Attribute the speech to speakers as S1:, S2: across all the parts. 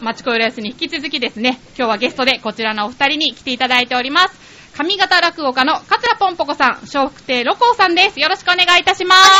S1: 町子浦安に引き続きですね、今日はゲストでこちらのお二人に来ていただいております。上方落語家の桂ぽんぽこさん、笑福亭六甲さんです。よろしくお願いいたします。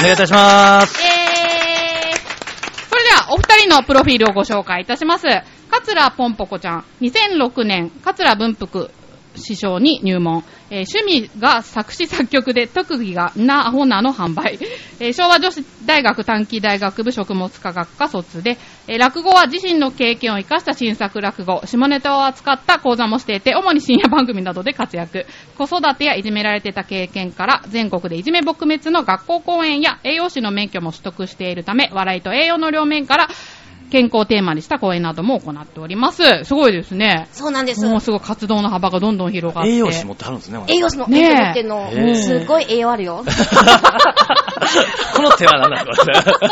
S2: お願いいたします。
S1: えー、それではお二人のプロフィールをご紹介いたします。桂ぽんぽこちゃん、2006年、桂文福師匠に入門。えー趣味が作詞作曲で、特技がなアホなの販売。えー昭和女子大学短期大学部食物科学科卒で、えー落語は自身の経験を生かした新作落語、下ネタを扱った講座もしていて、主に深夜番組などで活躍。子育てやいじめられてた経験から、全国でいじめ撲滅の学校講演や栄養士の免許も取得しているため、笑いと栄養の両面から、健康をテーマにした講演なども行っております。すごいですね。
S3: そうなんです。
S1: もうすごい活動の幅がどんどん広がって。
S2: 栄養士持ってはるんですね、これ
S3: 栄養士の
S1: ねえ
S3: 免許持ってんの、
S2: ねえ
S3: すっごい栄養あるよ。
S2: この手は何なんだろ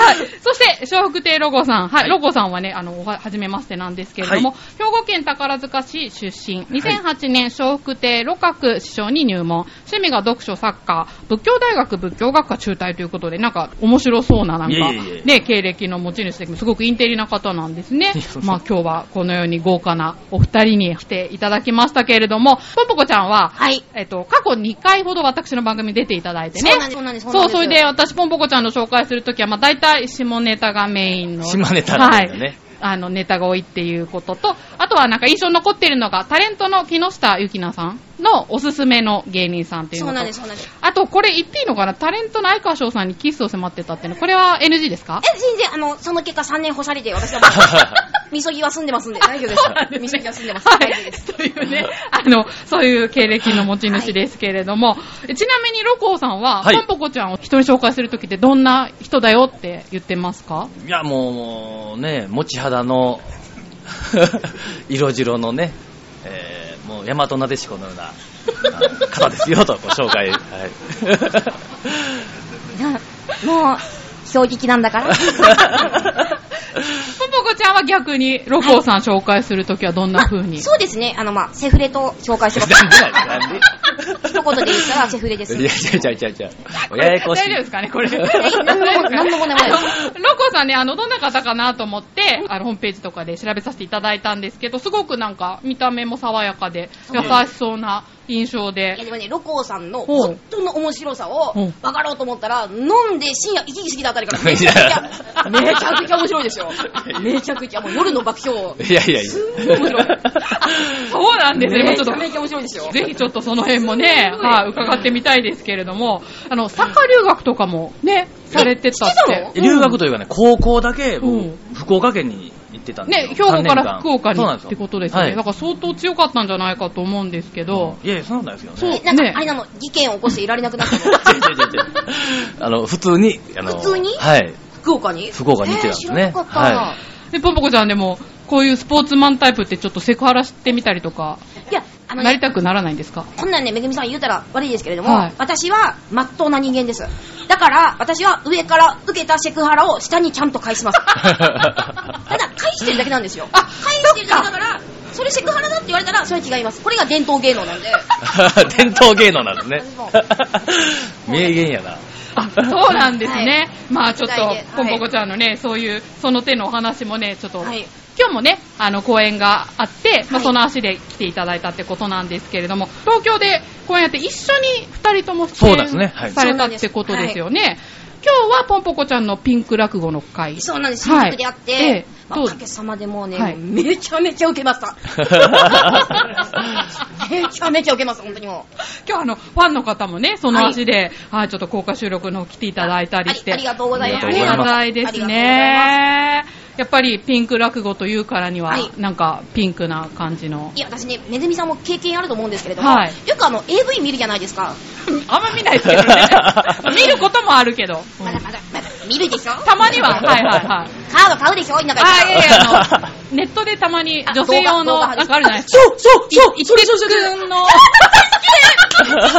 S1: はい。そして、笑福亭ロゴさん。はい。ロゴさんはね、あの、おははじめましてなんですけれども、
S2: は
S1: 兵庫県宝塚市出身。2008年、笑福亭六角師匠に入門。趣味が読書、サッカー。仏教大学仏教学科中退ということで、なんか、面白そうな、なんか、
S2: いえいえいえ
S1: ね、経歴の持ち主ですごくインテリな方なんですね。まあ、今日はこのように豪華なお二人に来ていただきましたけれども、ぽんぽこちゃんは、
S3: はい。
S1: えっと、過去2回ほど私の番組に出ていただいてね。
S3: そうなんですそうなんです
S1: そう、そ
S3: そ
S1: れ
S3: うなんです
S1: で私、ポンポコちゃんの紹介するときは、まあ、大体、下ネタがメインの。
S2: 下ネタなんだよね
S1: はい。あの、ネタが多いっていうことと、あとはなんか印象に残っているのが、タレントの木下ゆきなさんのおすすめの芸人さんっていう
S3: そ
S1: の
S3: う
S1: と
S3: なんです、そうなんです。
S1: あと、これ言っていいのかなタレントの相川翔さんにキスを迫ってたっていうの、これは NG ですか
S3: え、全然、あの、その結果3年干されて、私 はもう、みそぎは住んでますんで、大丈夫です。みそぎは住んでます。
S1: は
S3: 大丈夫
S1: い
S3: です。。
S1: というね、あの、そういう経歴の持ち主ですけれども、ちなみにロコウさんは、
S2: はい
S1: ポンポコちゃんを人に紹介するときってどんな人だよって言ってますか
S2: うね。いや、もう、もうね、持ち肌の色白のね、えーもう、大和なでしこのようなあの方ですよ、とご紹介。はい。
S3: もう、衝撃なん だから。
S1: ポンポコちゃんは逆にロコウさん紹介するときはどんな風に、
S3: そうですね、あの、まあ、セフレと紹介してま
S2: なん
S3: す。
S2: でなんで
S3: 一言で言ったらセフレです。
S2: いや、いやいやいやいや、ややこし
S1: 大丈夫で
S2: い。
S1: すかね、こ れ。
S3: 何のも何のもない
S1: あのロコさんね、あの、どんな方かなと思って、あの、ホームページとかで調べさせていただいたんですけど、すごくなんか、見た目も爽やかで、優しそうな印象
S3: いや
S1: で。
S3: でもね、ロコウさんの
S1: ほう
S3: 本当の面白さを
S1: うん
S3: 分かろうと思ったら、飲んで深夜息き過ぎたあたりからめちゃくちゃ、めちゃくちゃ面白いですよ。めちゃくちゃ、もう夜の爆笑。
S2: いやいやい
S3: 面白い。
S1: そうなんですね、もう
S3: め
S1: ちょっ
S3: ち
S1: と
S3: ゃ。めちゃ面白いですよ。
S1: ぜひちょっとその辺もね、
S3: すごい
S1: はい、伺ってみたいですけれども、あの、サッカー留学とかもね、されてたっ
S3: してたの
S1: て。
S2: や。留学というかね、高校だけ、
S1: うん
S2: 福岡県に行ってたんです
S1: ね
S2: よ。、
S1: 兵庫から福岡に
S2: 三年間
S1: ってことですよね。だから相当強かったんじゃないかと思うんですけど、
S2: いやいや、そんなことないですけどね。
S1: そう
S3: えなんか
S1: ね、
S3: あれなの、事件起こしていられなく なったの。
S2: 違う違う違う違う あの、普通に、あの、
S3: 普通に
S2: はい。
S3: 福岡に
S2: 福岡に行ってたんですね
S3: えー知らなかった
S2: は
S1: で、ぽんぽこちゃんでも、こういうスポーツマンタイプってちょっとセクハラしてみたりとか、
S3: いや、あの
S1: なり
S3: ね、
S1: たくならないんですか
S3: こんなんね、めぐみさん言うたら悪いですけれども、
S1: はい
S3: 私は、まっとうな人間です。だから、私は上から受けたセクハラを下にちゃんと返します。ただ、返してるだけなんですよ。
S1: あ
S3: 返してるだけだから、それセクハラだって言われたら、それ違います。これが伝統芸能なんで。
S2: 伝統芸能な んですね
S3: そう。
S2: 名言やな。
S1: あ、そうなんですね。まあちょっと
S3: 舞台で、
S1: ぽん
S3: はい
S1: ぽこちゃんのね、そういう、その手のお話もね、ちょっと、
S3: はい
S1: 今日もね、あの、公演があって、まあ
S3: はい
S1: その足で来ていただいたってことなんですけれども、東京で公演やって一緒に二人とも出
S2: そうですねは
S1: 演
S2: い
S1: されたってことですよね。今日はぽんぽこちゃんのピンク落語の会。
S3: そうなんです。新
S1: はい
S3: 宿であって、
S1: ええ
S3: まあ、
S1: ど
S3: お
S1: う
S3: かげさまでもうね、
S1: はい
S3: めちゃめちゃ受けま した。めちゃめちゃ受けます、本当にもう。
S1: 今日あの、ファンの方もね、その足で、はい、ちょっと公開収録の来ていただいたりして。
S3: ありありがとうございます。
S2: ありがとうござ
S1: ありがたいです
S3: ありがとうございます
S1: ね。やっぱりピンク落語というからには、
S3: はい
S1: なんかピンクな感じの。
S3: いや、私ね、めぐみさんも経験あると思うんですけれども、
S1: はい
S3: よくあの、AV 見るじゃないですか。
S1: あんま見ないですけど ね。見ることもあるけど。
S3: まだまだ、まだ、見るでしょ
S1: たまには、はいはいはい。
S3: カード買うでしょ田舎行ったら
S1: あ、いやい や、あの、ネットでたまに女性用の、
S3: 動画動画
S1: なんかあるじゃないですか。
S2: そうそうそう
S1: 一徹くんの、や
S3: 違うわ、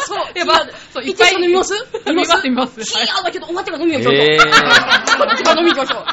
S3: そう。
S1: やば、そう、いっ
S3: 一
S1: ぱ
S3: 回
S1: い。
S3: 飲みます
S1: 見ます、見ます。
S3: 違うわ、けど終わってから飲みよ、ちょっと。
S2: えー
S3: こっちから飲み行きましょう。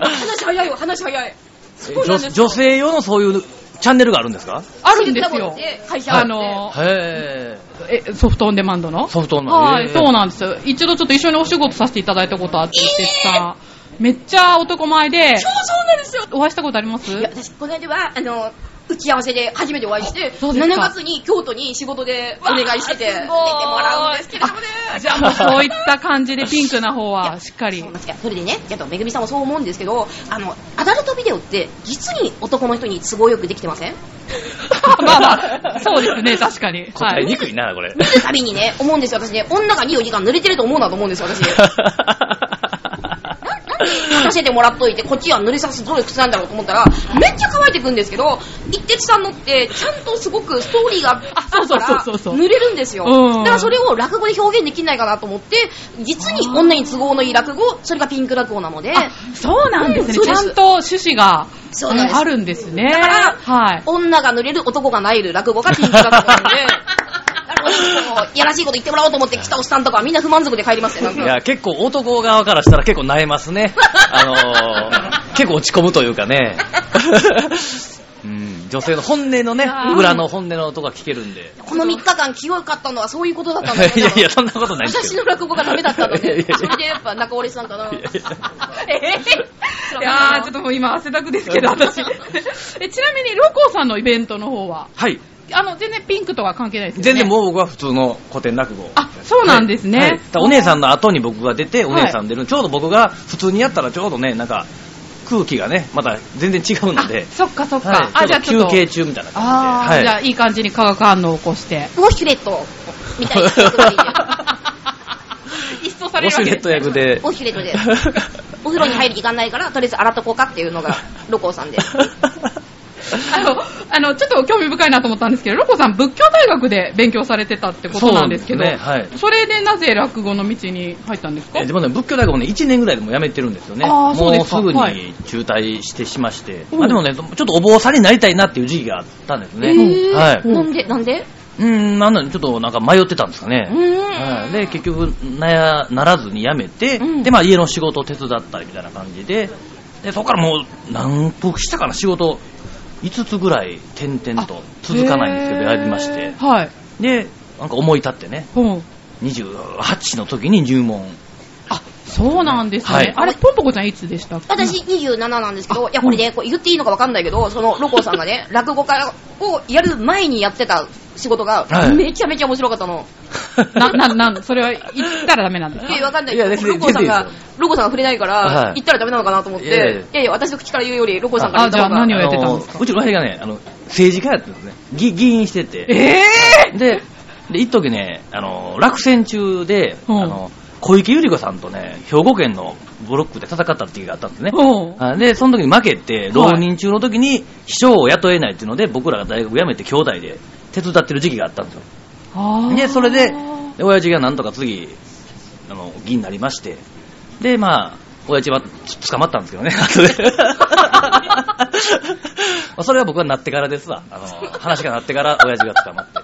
S3: 話早いよ、話早い。そうなんで
S2: 女
S3: す
S2: 女性用のそういうチャンネルがあるんですか
S1: あるんです
S3: ラボ
S1: よ
S3: っ。て会社
S1: あ
S3: あの、
S1: の、
S2: へ
S1: え、ソフトオンデマンドの
S2: ソフトオンデマンド
S1: はい、
S2: へー
S1: そうなんですよ。一度ちょっと一緒にお仕事させていただいたことあって、伊勢さん。めっちゃ男前で、
S3: そうそうなんですよ。
S1: お会いしたことあります
S3: いや、私、この間は、あの、打ち合わせで初めてお会いして、
S1: そうですか
S3: 7月に京都に仕事でお願いしてて、出
S1: わ
S3: て
S1: ーす
S3: も
S1: ごい
S3: らうんですけれどもね。
S1: じゃあもうそういった感じでピンクな方
S3: い
S1: は
S3: や
S1: しっかり
S3: そう。なんですいやそれでね、やっとめぐみさんもそう思うんですけど、あの、アダルトビデオって、実に男の人に都合よくできてません
S1: まあまあ、そうですね、確かに。は
S2: 答えに
S1: い。
S2: くいな、これ。
S3: 見るたびにね、 思うんですよ、私ね。女が24時間濡れてると思うなと思うんですよ、 私。なんで任せてもらっといて、こっちは濡れさすどういう靴なんだろうと思ったら、めっちゃ乾いてくんですけど、一徹さんのって、ちゃんとすごくストーリーがあるから、
S1: そうそうそうそうそう
S3: 濡れるんですよ。
S1: うん
S3: だからそれを落語で表現できないかなと思って、実に女に都合のいい落語、それがピンク落語なので、
S1: あ、そうなんですね。
S3: うんそう
S1: ち
S3: で
S1: ゃ
S3: す
S1: んと趣旨が
S3: そうなんです
S1: あるんですね。
S3: だから
S1: はい。
S3: 女が濡れる男がないる落語がピンク落語なんで、だからこ うやらしいこと言ってもらおうと思って来たおっさんとかはみんな不満足で帰りますよ、なん
S2: い
S3: か
S2: や、結構男側からしたら結構萎えます ね。あのー、結構落ち込むというかね。 うん、女性の本音のね
S1: あー、
S2: 裏の本音の音が聞けるんで。
S3: この3日間清かったのはそういうことだったんだよ
S2: いやいや、そんなことないです
S3: 私
S2: けど
S3: の。落語がダメだったの
S2: いやいやい
S3: で、
S2: や
S3: それでやっぱ中折れさんか
S2: い
S3: な。
S2: やいや
S1: え ー、いやー、ちょっともう今汗だくですけど、 私。えちなみに、ロコさんのイベントの方は、
S2: はい。
S1: あの、全然ピンクとは関係ないですよね。
S2: 全然もう僕は普通の古典落語。
S1: あ、そうなんですね。
S2: はいだからお姉さんの後に僕が出て、
S1: は
S2: お
S1: い
S2: 姉さん出る、ちょうど僕が普通にやったらちょうどね、なんか空気がね、また全然違うので
S1: あ、そっかそっか。
S2: はい
S1: あ、じゃあち
S2: ち
S1: ょ
S2: ょ
S1: っ
S2: っ
S1: と。
S2: と休憩中みたいな
S1: あー
S2: 感じで。
S1: じゃ
S2: は
S1: あ
S2: い
S1: いい感じに化学反応を起こ して。
S3: ウォシュレットみたいな役割で。
S1: 一掃され
S2: ウォ
S1: る
S2: シ
S1: わけ
S2: ュレ
S1: で
S2: ッ
S1: す
S2: ト
S1: ね
S2: 役で。
S3: ウォシュレットでお風呂に入る気がないから、とりあえず洗っとこうかっていうのが、ロコさんで。
S1: あの、あの、ちょっと興味深いなと思ったんですけど、ロコさん、仏教大学で勉強されてたってことなんですけど、
S2: そうですねはい
S1: それでなぜ落語の道に入ったんですか
S2: えでもね、仏教大学もね、1年ぐらいでもう辞めてるんですよね。
S1: あーそうで
S2: もう
S1: す
S2: す
S1: か
S2: ぐ
S1: はい
S2: に中退してしまして。
S1: うん
S2: まあでもね、ちょっとお坊さんになりたいなっていう時期があったんですね。
S1: へー
S2: はい。
S3: なんで、なんで
S2: うーん、なんなんちょっとなんか迷ってたんですかね。
S3: うーん
S2: はいで、結局なや、ならずに辞めて、
S3: うん
S2: で、まあ家の仕事を手伝ったりみたいな感じで、で、そこからもう、何歩したかな、仕事、5つぐらい、点々と続かないんですけど、
S1: へー
S2: やりまして。
S1: はい。
S2: で、なんか思い立ってね、
S1: うん。
S2: 28の時に入門。
S1: あ、そうなんですね。
S2: はい
S1: あれ、ポンポコちゃんいつでしたっけ
S3: 私27なんですけど、いやこれね、こう言っていいのかわかんないけど、そのロコさんがね、落語家をやる前にやってた仕事が
S2: は、い
S3: めちゃめちゃ面白かったの。
S1: な、な、なん、それは言ったらダメなんですか
S3: いや、わかんない
S2: いや別に
S3: ロコさ
S2: 全然
S3: ん
S2: いい
S3: が
S2: です、
S3: ロコさんが触れないから
S2: は、い
S3: 言ったらダメなのかなと思って、い
S2: いやいや
S3: やいや、私の口から言うより、ロコさんから言った方
S1: あ
S3: が
S1: じゃあ何をやってたんですか
S2: あのうちの親父がね、あの、政治家やってたんですね。議議員してて。
S1: ええ
S2: で、で、一時ね、あの、落選中で、
S1: うん
S2: あの、小池百合子さんとね、兵庫県のブロックで戦った時期があったんですね。
S1: うん。
S2: あで、その時に負けて、浪人中の時に秘書を雇えないっていうので、僕らが大学辞めて兄弟で手伝ってる時期があったんですよ。
S1: あー
S2: で、それで、で親父がなんとか次、あの、議員になりまして、で、まあ、親父はつ捕まったんですけどね、後 で。まあそれは僕はなってからですわ。あの、話がなってから親父が捕まって。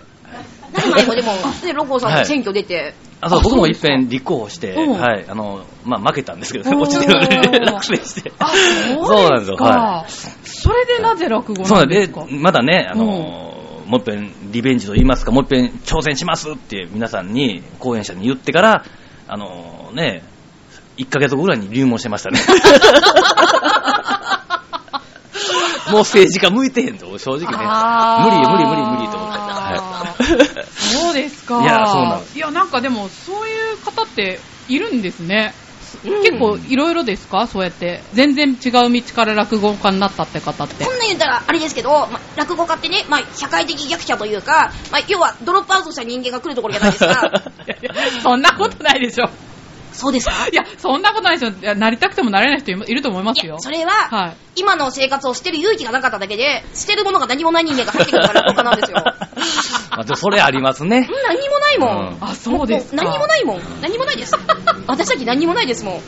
S3: なる前もでも、でロコさんも選挙出て、
S2: あそう僕も一遍立候補して、
S1: うん
S2: はい、あの、まあ負けたんですけどね、
S1: おー
S2: 落ちてるので落選して。
S1: あ、
S2: そ
S1: そううな
S2: な
S1: んんです
S2: で
S1: す
S2: よ
S1: か。
S2: は
S1: それでなぜ落語
S2: そ
S1: な
S2: うなん
S1: んで
S2: です
S1: か
S2: まだね、あの、もう一遍リベンジと言いますか、もう一遍挑戦しますって皆さんに、講演者に言ってから、あのね、1ヶ月後ぐらいに入門してましたね。もう政治家向いてへんと、正直ね。無理よ、無理無理無理と思って。
S1: あ
S2: はい
S1: そうですか。
S2: いやそうなんで
S1: いやなんかでも、そういう方っているんですね。
S3: うん
S1: 結構いろいろですかそうやって。全然違う道から落語家になったって方って
S3: こ。んなん言ったらあれですけど、ま、落語家ってね、まあ、社会的逆者というか、まあ、要はドロップアウトした人間が来るところじゃないです か
S1: そんなことないでしょ。
S3: そうですか
S1: いや、そんなことないでしょいや。なりたくてもなれない人いるいると思います
S3: い
S1: よ
S3: や。それは、
S1: はい
S3: 今の生活を捨てる勇気がなかっただけで捨てるものが何もない人間が入ってくるから落語家なんで すよ
S2: まあでもそれありますね。
S3: うん何にもないもん、
S2: うん
S1: あ、そうですか。
S3: もう何もないもん何にもないです私たち何にもないですもん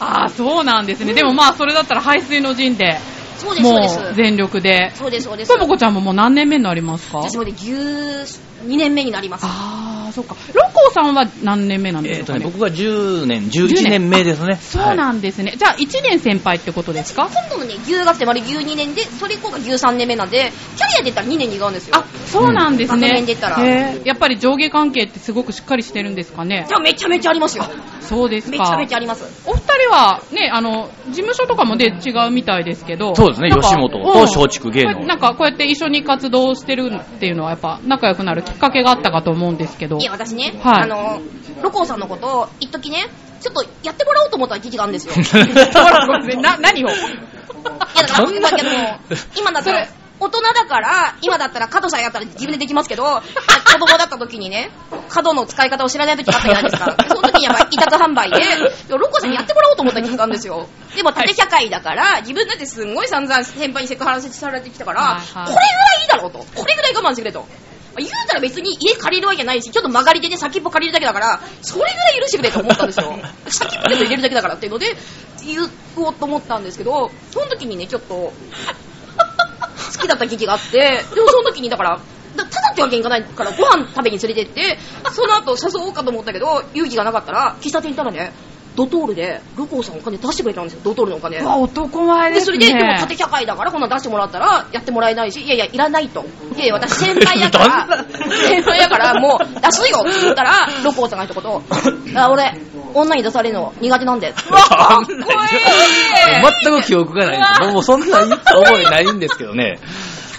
S1: あー、そうなんですね。でもまあ、それだったら排水の陣で、
S3: そうですそう
S1: も
S3: で
S1: う
S3: す
S1: 全力で。
S3: そうですそうです
S1: ともこちゃんももう何年目になりますか
S3: 私もね牛2年目になります
S1: ああ、あ、そっか。六甲さんは何年目なんで
S2: え
S1: す
S2: っと
S1: か、ね
S2: ね、僕が10年、11年目ですね。
S1: そうな
S2: はい
S1: んですね。じゃあ、1年先輩ってことですか
S3: 今度のね、牛がって丸牛2年で、それ以降が牛3年目なんで、キャリアで言ったら2年違うんですよ。
S1: あ、そうなんです
S3: 学
S1: ね
S3: 年。で言ったら
S1: へーやっぱり上下関係ってすごくしっかりしてるんですかね
S3: じ。ゃあめちゃめちゃありますよ。
S1: そうです
S3: めちゃ
S1: か
S3: め。ちゃあります。
S1: お二人は、ね、あの、事務所とかもで違うみたいですけど。
S2: そうですね
S1: なんか
S2: 吉本と
S1: うん
S2: 松竹芸能
S1: こうやなんか、こうやって一緒に活動してるっていうのは、やっぱ仲良くなるきっかけがあったかと思うんですけど。
S3: いや、私ね、
S1: はい
S3: あの、ロコさんのことを、一時ね、ちょっとやってもらおうと思った記事があるんです よ。い
S1: ほらごめんな、 何を
S3: や、だか
S2: そん
S3: ら、
S2: な
S3: だけど、 今だっ
S1: そ
S3: たら
S1: れ、
S3: 大人だから、今だったら、角さんやったら自分でできますけど、子供だった時にね、角の使い方を知らない時があったじゃないで すか。その時にやっぱ委託販売で、いやロコさんにやってもらおうと思った記事があるんですよ。でも縦社会だから、自分だってすんごい散々先輩にセクハラされてきたから、
S1: はい
S3: これ
S1: はい
S3: ぐらいいいだろうと。これぐらい我慢してくれと。言うたら別に家借りるわけじゃないし、ちょっと曲がりでね、先っぽ借りるだけだから、それぐらい許してくれと思ったんですよ。先っぽちょっと入れるだけだからっていうので、言おうと思ったんですけど、その時にね、ちょっと、好きだった時期があって、でもその時にだから、だただってわけにいかないからご飯食べに連れてって、その後誘おうかと思ったけど、勇気がなかったら、喫茶店行ったらね、ドトールで、ロコさんお金出してくれたんですよ、ドトールのお金。
S1: うわ、男前
S3: で、
S1: です
S3: それ
S1: ね。
S3: で、でも縦社会だから、こんなん出してもらったら、やってもらえないし、いやいや、いらないと。いやいや、私先輩だか
S2: だ
S3: ら
S2: ん、
S3: 先輩だから、もう、出すよって言ったら、六甲さんが一 言、あ、俺、女に出されるの苦手なんで。
S2: うわ
S3: かっこいい
S2: 全く記憶がないんです。もうそんなに覚えないんですけど ね。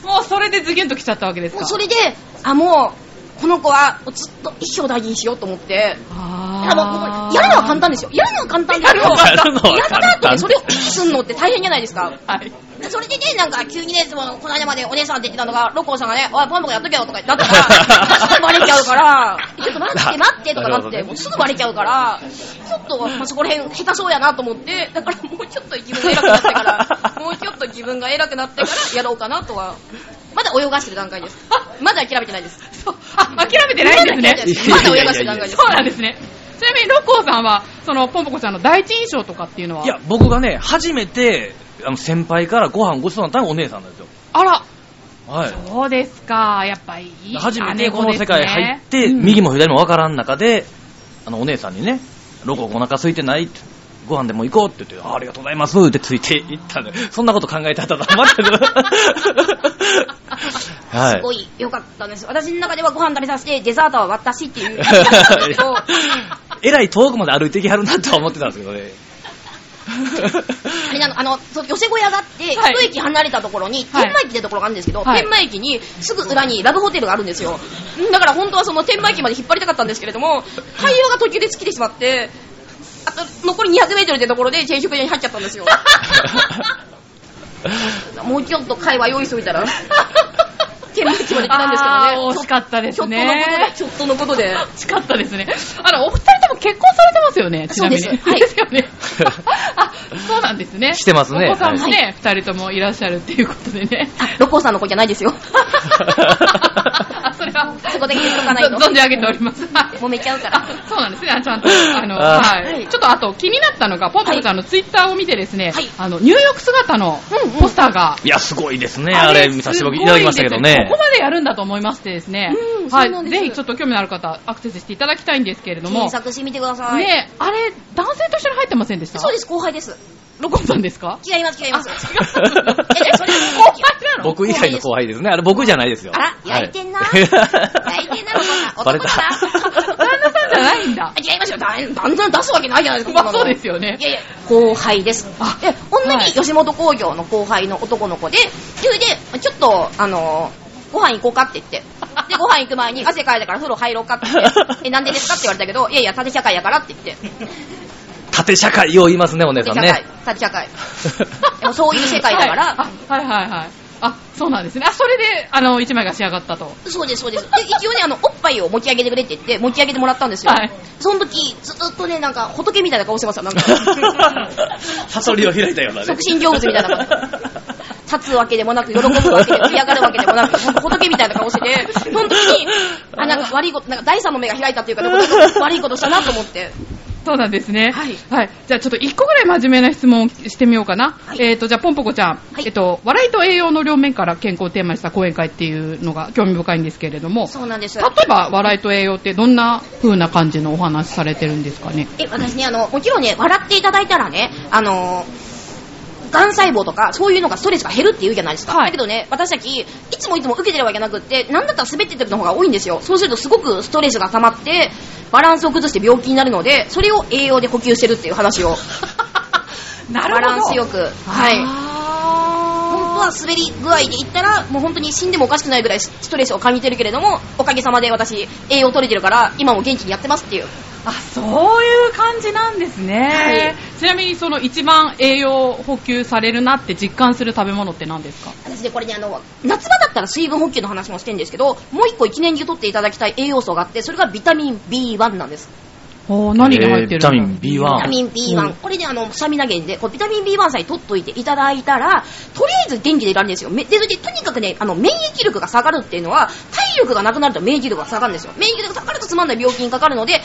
S1: もうそれでズゲンと来ちゃったわけです
S3: も
S1: か。
S3: うそれで、あ、もう、この子は、ずっと一生大事にしようと思って、
S1: あ
S3: あの、やるのは簡単ですよ。やるのは簡単ですよ。
S2: やるのは
S3: やっ
S2: 簡単
S3: た後でそれをすんのって大変じゃないですか。
S1: 単。はい。
S3: それでね、なんか急にね、そのこの間までお姉さんって言ってたのが、ロコさんがね、おい、ポンポコやっとけよとかだった から、すぐバレちゃうから、ちょっと待って待ってとかな
S2: なるほ
S3: って、
S2: どね
S3: もうすぐバレちゃうから、ちょっと、まあ、そこら辺下手そうやなと思って、だからもうちょっと自分が偉くなっ てから、もうちょっと自分が偉くなってからやろうかなとは、まだ泳がしてる段階 です。まだ諦めてないです。
S1: そうあ、諦めてないんですね。
S3: まだ泳がしてる段階です
S1: そう。なんですね。ちなみに、六甲さんは、その、ポンポコちゃんの第一印象とかっていうのは、
S2: いや、僕がね、初めて、あの、先輩からご飯ごちそうになったのがお姉さんなんですよ。
S1: あら、
S2: はい。
S1: そうですか、やっぱいい、
S2: 初め
S1: 姉
S2: て
S1: 御
S2: この世界入って、
S1: ですね
S2: 右も左もわからん中で、あのお姉さんにね、ロコお腹空いてないって、ご飯でも行こうって言って、あありがとうございますってついて行ったんで、そんなこと考えてあったら黙ってる。 は
S3: すごい良かったんです。私の中ではご飯食べさせて、デザートは私っ てい う。
S2: い。えらい遠くまで歩いてきはるなとは思ってたんですけどね。
S3: あれなの、あの、そう寄せ小屋があって、一、
S1: はい
S3: 駅離れたところに、
S1: はい
S3: 天満駅ってところがあるんですけど、
S1: はい
S3: 天満駅にすぐ裏にラブホテルがあるんですよ。だから本当はその天満駅まで引っ張りたかったんですけれども、対応が途中で尽きてしまって、あと残り200メートルってところで定食屋に入っちゃったんです よ。もうちょっと会話用意しといたら、天満駅まで来たんですけど
S1: あー
S3: ね。
S1: 惜しかったですね。
S3: ちょっとのことで、ちょっと
S1: 惜しか
S3: のことで。
S1: ったですね。あの、お二人とも結婚されてますよね、ちなみに。
S3: そうですはい
S1: ですよ ね。あ、そうなんですね。
S2: してますね
S1: お子さんもね、二、人ともいらっしゃるっていうことで ね。
S3: あ、ロコさんの子じゃな いですよ。
S1: あ、それは、
S3: そこだけ言っとかないと
S1: 存じ上げております。はい
S3: 揉めちゃうから。
S1: あそうなんですね、あちゃんと。あの、
S2: あ
S1: は。
S3: はいい
S1: ちょっとあと気になったのが、ポンポコちゃんのツイッターを見てですね、
S3: はい
S1: あの、入浴姿の
S3: うんうん
S1: ポスターが、
S2: いや、すごいですね。あれ見させていただきましたけど
S1: すごいんです
S2: ね
S1: よここ。までやるんだと思いましてですね
S3: う。ん
S1: は
S3: そうなん
S1: い。
S3: です
S1: ぜひちょっと興味のある方、アクセスしていただきたいんですけれども
S3: 検。索してみてください。
S1: ねえ、あれ、男性と一緒に入ってませんでした
S3: そうです、後輩です。
S1: ロコンさんですか
S3: 違います、違います。
S1: あ
S3: え、それ
S1: 後
S3: 後
S1: 輩なの
S2: 僕以外の後輩ですね。あれ僕じゃないですよ。
S3: あら
S2: は
S3: 焼い てんな
S2: 焼いてん
S3: なのかな
S2: バレた。
S3: 男だ
S1: 旦那さんじゃないんだ。
S3: 違いますよ、だんだんだん出すわけないじゃないですか、
S1: まあ
S3: こんなの
S1: そうですよね
S3: いやいや、後輩です。
S1: あ
S3: え、女
S1: はい
S3: に吉本興業の後輩の男の子で、それで、ちょっと、あのー、ご飯行こうかって言って。で、ご飯行く前に汗かいたから風呂入ろうかって言って、え、なんでですかって言われたけど、いやいや、縦社会やからって言って。
S2: 縦社会を言いますね、お姉さ
S3: 縦
S2: ん
S3: 社
S2: ね
S3: 会。、縦社会。 でもそういう世界だか
S1: は
S3: ら、
S1: い、あはいはいはい。あ、そうなんですね。あ、それで、あの、一枚が仕上がったと。
S3: そうです、そうです。で、一応ね、あの、おっぱいを持ち上げてくれって言って、持ち上げてもらったんですよ。
S1: はい
S3: その時、ずっとね、なんか、仏みたいな顔してました、なんか。
S2: サソリを開いたようなね。
S3: 促進業物みたいな感立つわけでもなく、喜ぶわ けでも、嫌がるわけでもなく、ほんと仏みたいな顔してて、その時に、あ、なんか悪いこと、なんか第三の目が開いたっていうか、なんか悪いことしたなと思って。
S1: そうなんですね。
S3: はい
S1: じゃあちょっと一個ぐらい真面目な質問をしてみようかな。
S3: はい
S1: えっ、と、じゃあポンポコちゃん、
S3: はい
S1: えっと、笑いと栄養の両面から健康をテーマにした講演会っていうのが興味深いんですけれども、
S3: そうなんです
S1: 例えば笑いと栄養ってどんな風な感じのお話されてるんですかね。
S3: え、私ね、あの、もちろんね、笑っていただいたらね、あのー、がん細胞とか、そういうのがストレスが減るって言うじゃないですか。
S1: はい
S3: だけどね、私たち、いつもいつも受けてるわけじゃなくって、なんだったら滑ってる時の方が多いんですよ。そうするとすごくストレスが溜まって、バランスを崩して病気になるので、それを栄養で補給してるっていう話 を。バランスよく。はい。本当は滑り具合で言ったら、もう本当に死んでもおかしくないぐらいストレスを感じてるけれども、おかげさまで私、栄養取れてるから、今も元気にやってますっていう。
S1: あ、そういう感じなんですね。ちなみにその一番栄養補給されるなって実感する食べ物って何ですか
S3: 私ね、これね、あの、夏場だったら水分補給の話もしてるんですけど、もう一個一年中取っていただきたい栄養素があって、それがビタミン B1 なんです。
S1: おー何が入ってるんだろう
S2: えービタミン B1
S3: ビタミン B1。
S1: うん
S3: これね、あの、くしゃみ投げで、こうビタミン B1 さえ取っといていただいたら、とりあえず元気でいられるんですよ。めで、それで、とにかくね、あの、免疫力が下がるっていうのは、体力がなくなると免疫力が下がるんですよ。免疫力が下がるとつまんない病気にかかるので、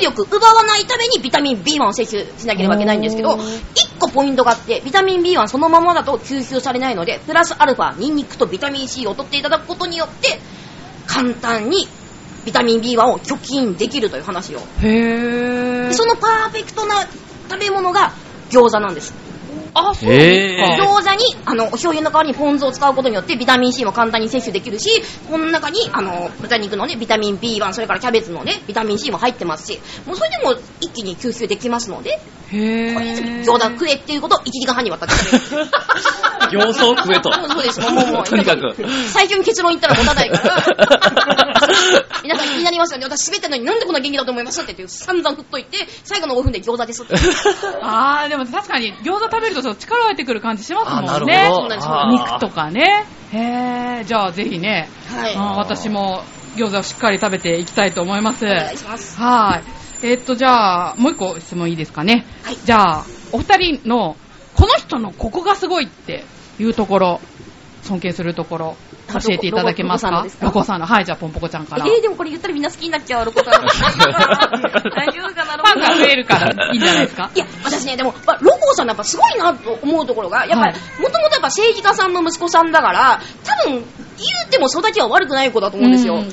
S3: 体力奪わないためにビタミン B1 を摂取しなければいけないんですけ
S1: お
S3: ど、
S1: ー
S3: 一個ポイントがあって、ビタミン B はそのままだと吸収されないので、プラスアルファ、ニンニクとビタミン C を取っていただくことによって、簡単にビタミン B1 を拒禁できるという話を。
S1: へー。
S3: でそのパーフェクトな食べ物が餃子なんです。
S1: あ、そう
S2: へ
S1: です
S2: ー
S1: か。
S3: 餃子に、あの、お醤油の代わりにポン酢を使うことによってビタミン C も簡単に摂取できるし、この中に、あの、豚肉のね、ビタミン B1、それからキャベツのね、ビタミン C も入ってますし、もうそれでも一気に吸収できますので、
S1: へ
S3: とりあえず
S1: ー。
S3: 餃子食えっていうことを1時間半にわたって食べる。
S2: 行走食えと。
S3: そうそうです。もうもうもう
S2: とにかく。
S3: 最初に結論言ったら持たないから。皆さん気になりますよね。私滑ったのになんでこんな元気だと思いましたって言って散々振っといて、最後の5分で餃子ですって。
S1: あー、でも確かに餃子食べるとちょっと力入ってくる感じします
S2: あ、な
S1: も
S2: る
S1: んね。
S2: ほど。
S3: ね
S2: あー
S1: 肉と。かね。へー。じゃあぜひね、
S3: はい。
S1: あー私も餃子をしっかり食べていきたいと思います。
S3: お願いします。
S1: はい。えっと、じゃあ、もう一個質問いいですかね。
S3: はい
S1: じゃあ、お二人の、この人のここがすごいっていうところ、尊敬するところ、教えていただけます
S3: ロコ
S1: か
S3: ロコさんですか
S1: ロコさんの。はい、じゃあ、ポンポコちゃんから。
S3: えー、でもこれ言ったらみんな好きになっちゃう、ロコさん。
S1: ファン
S3: 大丈夫かな、ロコさん。
S1: が増えるからいいんじゃないですか
S3: いや、私ね、でも、まあロコさんのやっぱすごいなと思うところが、やっぱ
S1: はい
S3: り、もともとやっぱ政治家さんの息子さんだから、多分、言うても育ちは悪くない子だと思うんですよ。
S1: うん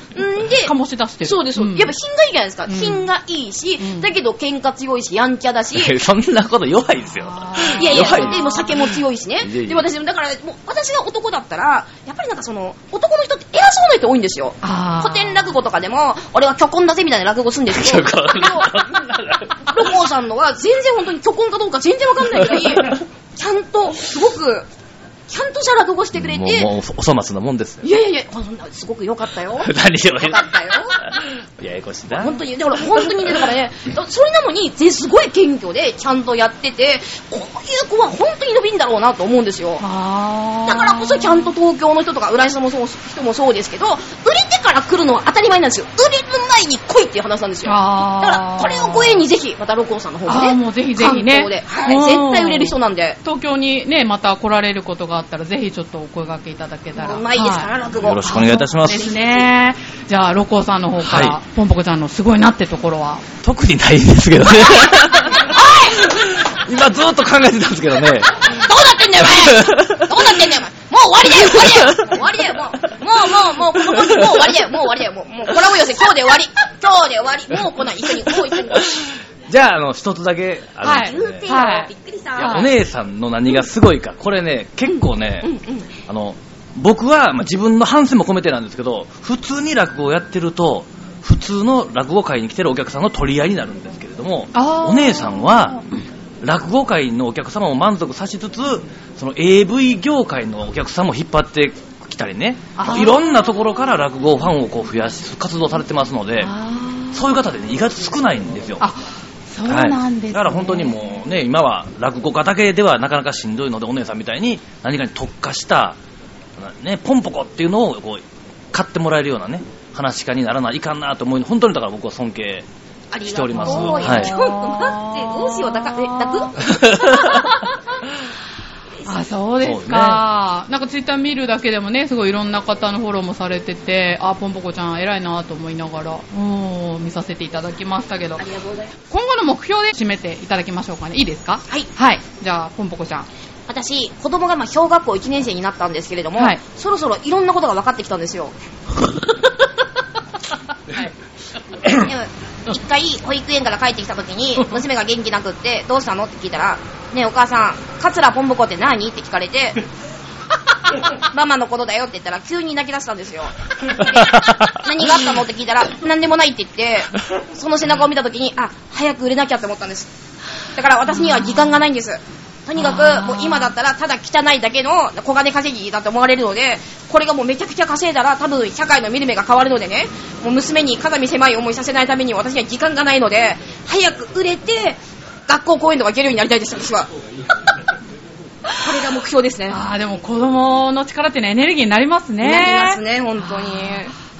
S3: んで、
S1: 醸し出してる。
S3: そうです、そう
S1: ん
S3: ですやっぱ品がいいじゃないですか。
S1: うん
S3: 品がいいし、
S1: うん
S3: だけど喧嘩強いし、やんちゃ だし、
S2: えそんなこと弱いですよ。
S1: あー
S3: いやいや、
S2: 弱い
S3: でも酒も強いしね。
S2: いやいや
S3: で、私でも、だから、もう私が男だったら、やっぱりなんかその、男の人って偉そうな人多いんですよ。
S1: あー
S3: 古典落語とかでも、俺は虚婚だぜみたいな落語するんですけど、
S2: 虚婚
S3: でもロコさんのは全然本当に虚婚かどうか全然わかんないぐら い、ちゃんと、すごく、ちゃんとした落語してくれ
S2: もう、もう
S3: て、
S2: お粗末なもんですよ。
S3: いやいやいや、そんなすごく良かったよ。
S2: 何でも
S3: よかったよ。
S2: ややこしいな。
S3: 本当に、だから本当にね、だからね、それなのに、ぜすごい謙虚で、ちゃんとやってて、こういう子は本当に伸びんだろうなと思うんですよ。
S1: あー
S3: だからこそちゃんと東京の人とか浦安のそう人もそうですけど売れてから来るのは当たり前なんですよ売れる前に来いっていう話なんですよだ
S1: あー
S3: からこれをご縁にぜひまた六甲さんの方
S1: あー
S3: でね
S1: もうぜひぜひね
S3: 関東で、はい
S1: うん
S3: 絶対売れる人なんで
S1: 東京にね、また来られることがあったら、ぜひちょっとお声掛けいただけたら。
S3: うまいですから
S1: は
S3: 落語
S2: よろしくお願いいたしま。
S1: ですすね。じゃあ、ロコさんの方から、
S2: は
S1: ポンポコちゃんのすごいなってところは。
S2: 特にないんですけどね。今ずっと考えてたんですけどね。
S3: どうなってんだよ お前どうなってんだよお前もう終わりだよ終わりだよ終わりだよもうもうもうもうこの時もう終わりだよもう終わりだよもうもうコラボ寄せ今日で終わり今日で終わりもう来ない一緒にも う一緒に
S2: じゃあ、あの、一つだけあるん
S1: 言
S2: ですけど
S3: 言うて
S2: ね
S3: よ、
S1: はい
S3: びっくりし
S1: い
S2: いや
S1: は
S3: た
S2: お姉さんの何がすごいか、これね、結構ね、
S3: うんうん
S2: あの、僕は、まあ、自分の反省も込めてなんですけど、普通に落語をやってると、普通の落語会に来てるお客さんの取り合いになるんですけれども
S1: あー、
S2: お姉さんは、落語会のお客様を満足さしつつ、その AV 業界のお客さんも引っ張ってきたりね
S1: あ、ー
S2: いろんなところから落語ファンをこう増やす活動されてますので、
S1: あ
S2: そういう方でね、意外と少ないんですよ。
S1: あ、そうなんです、
S2: はい、
S1: ね
S2: だから本当にもうね今は落語家だけではなかなかしんどいのでお姉さんみたいに何かに特化した、ね、ポンポコっていうのをこう買ってもらえるようなね話し家にならないかんなと思い本当にだから僕は尊 敬
S3: ありが
S2: し
S3: と
S2: て
S3: う
S2: おります
S1: はい
S3: ちょっと待って、どうしよう、だか、え、抱く
S1: あ、そうですか、なんかツイッター見るだけでもねすごいいろんな方のフォローもされててあポンポコちゃん偉いなと思いながらうん見させていただきましたけど
S3: ありがとうございます。
S1: 今後の目標で締めていただきましょうかねいいですか
S3: はい。
S1: はいじゃあポンポコちゃん
S3: 私、子供がまあ小学校1年生になったんですけれども、
S1: はい
S3: そろそろいろんなことが分かってきたんですよ。で一回、保育園から帰ってきた時に、娘が元気なくって、どうしたのって聞いたら、ねえお母さん、桂ポンポコって何って聞かれて、ママのことだよって言ったら、急に泣き出したんですよ。何があったのって聞いたら、何でもないって言って、その背中を見た時に、あ、早く売れなきゃって思ったんです。だから私には時間がないんです。とにか
S1: あー
S3: く、もう今だったら、ただ汚いだけの小金稼ぎだと思われるので、これがもうめちゃくちゃ稼いだら、多分社会の見る目が変わるのでね、もう娘に肩身狭い思いさせないために私には時間がないので、早く売れて、学校公演とか行けるようになりたいです、私 は。これが目標ですね。
S1: ああでも子供の力ってねエネルギーになりますね
S3: なりますね、本当に。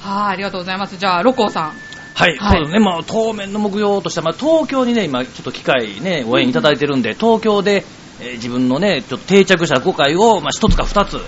S1: はいありがとうございますじゃあロコさん
S2: はい、
S1: はい
S2: そうですね、まあ、当面の目標としては、まあ、東京にね、今、ちょっと機会ね、ご縁いただいてるんで、東京で、えー自分のね、ちょっと定着した5回を、まあ、1つか2つ、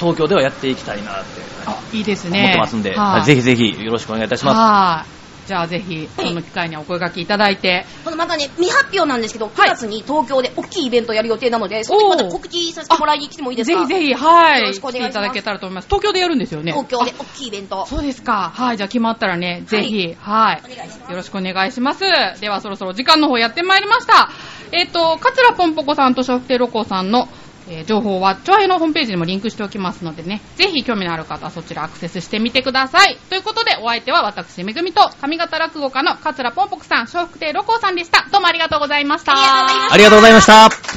S2: 東京ではやっていきたいなって
S1: あいいですね
S2: 思ってますんで、
S1: はい
S2: はいぜひぜひよろしくお願いいたします。
S1: はいじゃあぜひこの機会にお声掛けいただいて
S3: このまたね、未発表なんですけど、9月に東京で大きいイベントをやる予定なので、その時また告知させてもらいに来てもいいです
S1: ぜ
S3: か
S1: ひぜひはい
S3: よろしくお願い
S1: 来て
S3: しま
S1: い
S3: す
S1: ただけたらと思います東京でやるんですよね
S3: 東京で大きいイベント。
S1: そうですか。はい、じゃあ決まったらね、ぜひ、はい。
S3: お願いします
S1: よろしくお願いします。では、そろそろ時間の方やってまいりました。えっ、と、桂ぽんぽこさんと小テロコさんの、えー情報は、チョアヘのホームページにもリンクしておきますのでね、ぜひ興味のある方はそちらアクセスしてみてください。ということで、お相手は私、めぐみと、上方落語家の桂ぽんぽこさん、小福亭ロコさんでした。どうもありがとうございました。
S3: ありがとうございました
S2: ありがとうございました。